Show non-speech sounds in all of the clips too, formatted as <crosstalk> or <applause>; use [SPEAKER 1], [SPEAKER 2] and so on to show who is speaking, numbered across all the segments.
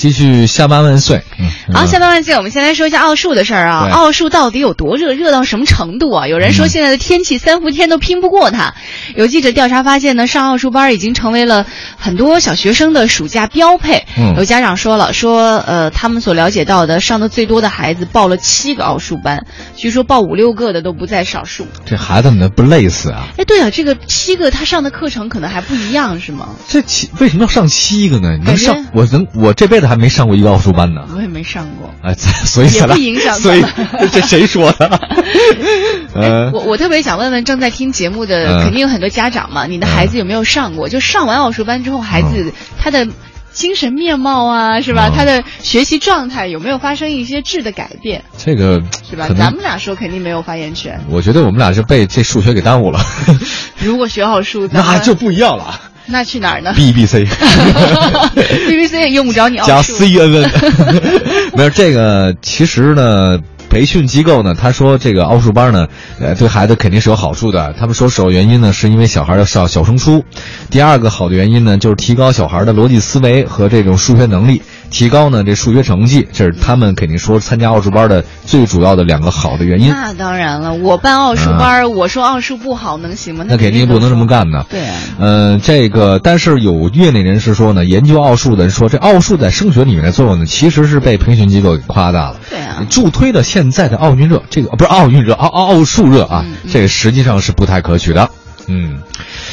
[SPEAKER 1] 继续下班万岁。嗯，
[SPEAKER 2] 好，
[SPEAKER 1] 嗯
[SPEAKER 2] 下半万岁，我们先来说一下奥数的事儿啊。
[SPEAKER 1] 对嗯
[SPEAKER 2] 奥数到底有多热？热到什么程度啊？有人说现在的天气三伏天都拼不过它。有记者调查发现呢，上奥数班已经成为了很多小学生的暑假标配。
[SPEAKER 1] 嗯
[SPEAKER 2] 有家长说了，说呃，他们所了解到的上的最多的孩子报了七个奥数班，据说报五六个的都不在少数。
[SPEAKER 1] 这孩子们不累死啊？
[SPEAKER 2] 哎，对啊，这个七个他上的课程可能还不一样，是吗？
[SPEAKER 1] 这七为什么要上七个呢？你能
[SPEAKER 2] 感觉
[SPEAKER 1] 上我能我这辈子还没上过一个奥数班呢。
[SPEAKER 2] 我也没上过。
[SPEAKER 1] 哎， <laughs> 咱所以咱俩
[SPEAKER 2] 也不影响
[SPEAKER 1] 所以 <laughs>
[SPEAKER 2] 咱
[SPEAKER 1] 这谁说
[SPEAKER 2] <laughs>
[SPEAKER 1] 的？呃，
[SPEAKER 2] 哎我我特别想问问正在听节目
[SPEAKER 1] 嗯
[SPEAKER 2] 的，肯定有很多家长嘛，你的孩子有没有上过？就上完奥数班之后，孩子他的精神面貌啊，是吧？
[SPEAKER 1] 嗯
[SPEAKER 2] 他的学习状态有没有发生一些质的改变，
[SPEAKER 1] 这个
[SPEAKER 2] 是吧
[SPEAKER 1] 可？能
[SPEAKER 2] 咱们俩说肯定没有发言权。
[SPEAKER 1] 我觉得我们俩是被这数学给耽误了，
[SPEAKER 2] 如果学奥数，咱
[SPEAKER 1] <laughs> 那
[SPEAKER 2] 们
[SPEAKER 1] 就不一样了。啊
[SPEAKER 2] <laughs> 那去哪儿呢
[SPEAKER 1] B B C。<laughs>
[SPEAKER 2] <laughs>？BBC 也用不着你
[SPEAKER 1] 加
[SPEAKER 2] 奥数。
[SPEAKER 1] C N
[SPEAKER 2] <laughs>
[SPEAKER 1] N，没有这个，其实呢，培训机构呢，他说这个奥数班呢，呃，对孩子肯定是有好处的。他们说首要原因呢，是因为小孩要上小升初；第二个好的原因呢，就是提高小孩的逻辑思维和这种数学能力，提高呢这数学成绩，这是他们肯定说参加奥数班的最主要的两个好的原因。
[SPEAKER 2] 那当然了，我办奥数班儿，我说奥数不好能行吗？
[SPEAKER 1] 嗯那肯定不能这么
[SPEAKER 2] 说。
[SPEAKER 1] 干呢。
[SPEAKER 2] 对啊，
[SPEAKER 1] 嗯，这个，但是有业内人士说呢，研究奥数的人说，这奥数在升学里面的作用呢，其实是被培训机构给夸大了。
[SPEAKER 2] 对啊，
[SPEAKER 1] 助推的现在的奥运热，这个不是奥运热，奥奥奥数热啊，
[SPEAKER 2] 嗯嗯
[SPEAKER 1] 这个实际上是不太可取的。嗯，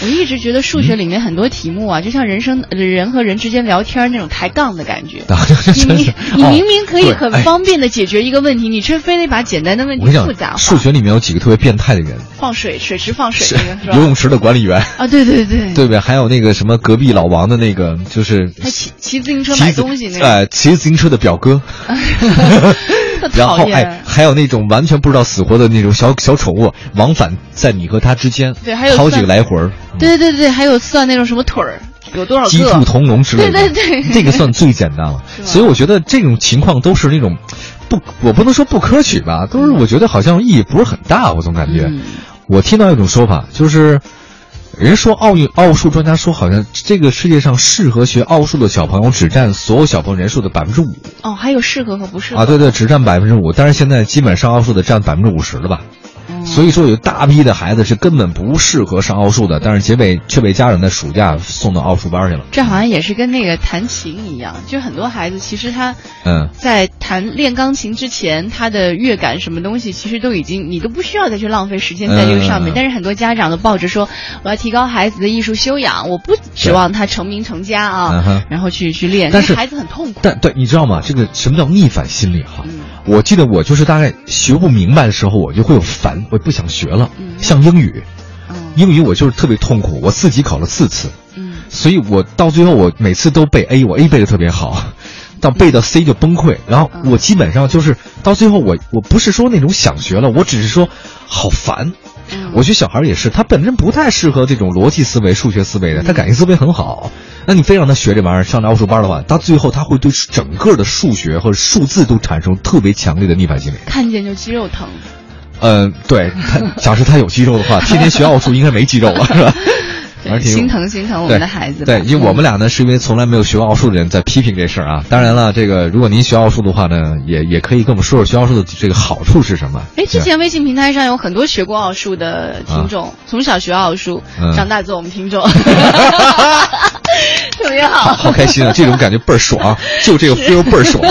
[SPEAKER 2] 我一直觉得数学里面很多题目啊，就像人生人和人之间聊天那种抬杠的感觉。
[SPEAKER 1] 啊，
[SPEAKER 2] <laughs>
[SPEAKER 1] 这
[SPEAKER 2] 你
[SPEAKER 1] 真
[SPEAKER 2] 明
[SPEAKER 1] 是
[SPEAKER 2] 你
[SPEAKER 1] 哦
[SPEAKER 2] 明明可以
[SPEAKER 1] 对
[SPEAKER 2] 很
[SPEAKER 1] 哎
[SPEAKER 2] 方便的解决一个问题，你却非得把简单的问
[SPEAKER 1] 我跟
[SPEAKER 2] 题
[SPEAKER 1] 你
[SPEAKER 2] 复杂
[SPEAKER 1] 讲，数
[SPEAKER 2] 化。
[SPEAKER 1] 学里面有几个特别变态的人，
[SPEAKER 2] 放水，水池放水
[SPEAKER 1] 是
[SPEAKER 2] 那个是
[SPEAKER 1] 游
[SPEAKER 2] 吧？
[SPEAKER 1] 泳池的管理员，
[SPEAKER 2] 啊，对对对，
[SPEAKER 1] 对不对？还有那个什么隔壁老王的那个，就是
[SPEAKER 2] 还骑骑自行车买
[SPEAKER 1] 骑自
[SPEAKER 2] 东西那个，
[SPEAKER 1] 呃骑自行车的表哥，
[SPEAKER 2] <laughs> 特
[SPEAKER 1] 然
[SPEAKER 2] 讨
[SPEAKER 1] 后哎
[SPEAKER 2] 厌。
[SPEAKER 1] 还有那种完全不知道死活的那种小小宠物，往返在你和他之间，
[SPEAKER 2] 对还有
[SPEAKER 1] 好几
[SPEAKER 2] 算
[SPEAKER 1] 个来回儿，嗯
[SPEAKER 2] 对对对，还有算那种什么腿儿有多少
[SPEAKER 1] 鸡兔
[SPEAKER 2] 个，
[SPEAKER 1] 同笼之类的，
[SPEAKER 2] 对对对
[SPEAKER 1] 这个算最简单了。
[SPEAKER 2] 是吧
[SPEAKER 1] 所以我觉得这种情况都是那种不，我不能说不可取吧，都是我觉得好像意义不是很大，我总感觉。
[SPEAKER 2] 嗯
[SPEAKER 1] 我听到一种说法，就是人家说奥运奥数专家说，好像这个世界上适合学奥数的小朋友只占所有小朋友人数的百分之五
[SPEAKER 2] 哦，还有适合和不适合
[SPEAKER 1] 啊，对对，只占百分之五。但是现在基本上奥数的占百分之五十了吧？
[SPEAKER 2] 嗯
[SPEAKER 1] 所以说有大批的孩子是根本不适合上奥数的，但是结被却被家长在暑假送到奥数班去了。
[SPEAKER 2] 这好像也是跟那个弹琴一样，就是很多孩子其实他
[SPEAKER 1] 嗯。
[SPEAKER 2] 在弹练钢琴之前，他的乐感什么东西，其实都已经你都不需要再去浪费时间在这个上面。
[SPEAKER 1] 嗯
[SPEAKER 2] 但是很多家长都抱着说，我要提高孩子的艺术修养，我不指望他成名成家
[SPEAKER 1] 嗯
[SPEAKER 2] 啊
[SPEAKER 1] 哼，
[SPEAKER 2] 然后去去练，
[SPEAKER 1] 但是
[SPEAKER 2] 这孩子很痛苦。
[SPEAKER 1] 但对，你知道吗？这个什么叫逆反心理哈、
[SPEAKER 2] 嗯
[SPEAKER 1] 我记得我就是大概学不明白的时候，我就会有烦，我不想学了。
[SPEAKER 2] 嗯
[SPEAKER 1] 像英语，
[SPEAKER 2] 嗯
[SPEAKER 1] 英语我就是特别痛苦，我自己考了四次，
[SPEAKER 2] 嗯，
[SPEAKER 1] 所以我到最后我每次都背 A，我 A 背的特别好， <laughs> 到背到 C 就崩溃。然后
[SPEAKER 2] 嗯
[SPEAKER 1] 我基本上就是到最后我我不是说那种想学了，我只是说好烦。
[SPEAKER 2] 嗯
[SPEAKER 1] 我觉得小孩儿也是，他本身不太适合这种逻辑思维、数学思维
[SPEAKER 2] 嗯
[SPEAKER 1] 的，他感性思维很好。那你非让他学这玩意儿，上这奥数班的话，到最后他会对整个的数学和数字都产生特别强烈的逆反心理。
[SPEAKER 2] 看见就肌肉疼。
[SPEAKER 1] 嗯， <laughs> 对，他假设他有肌肉的话，天天学奥数应该没肌肉了，是
[SPEAKER 2] <laughs>
[SPEAKER 1] 吧？
[SPEAKER 2] 对
[SPEAKER 1] 而且
[SPEAKER 2] 心疼心疼我们的孩子吧嗯
[SPEAKER 1] 对，对因为我们俩呢是因为从来没有学过奥数的人在批评这事儿啊。当然了，这个如果您学奥数的话呢，也也可以跟我们说说学奥数的这个好处是什么。
[SPEAKER 2] 哎，之
[SPEAKER 1] 对啊
[SPEAKER 2] 前微信平台上有很多学过奥数的听众，从小学奥数，
[SPEAKER 1] 嗯
[SPEAKER 2] 长大做我们听
[SPEAKER 1] <laughs>
[SPEAKER 2] 众，特别好。 <laughs>
[SPEAKER 1] 好开心啊！这种感觉倍儿爽，就这个 feel 倍儿爽。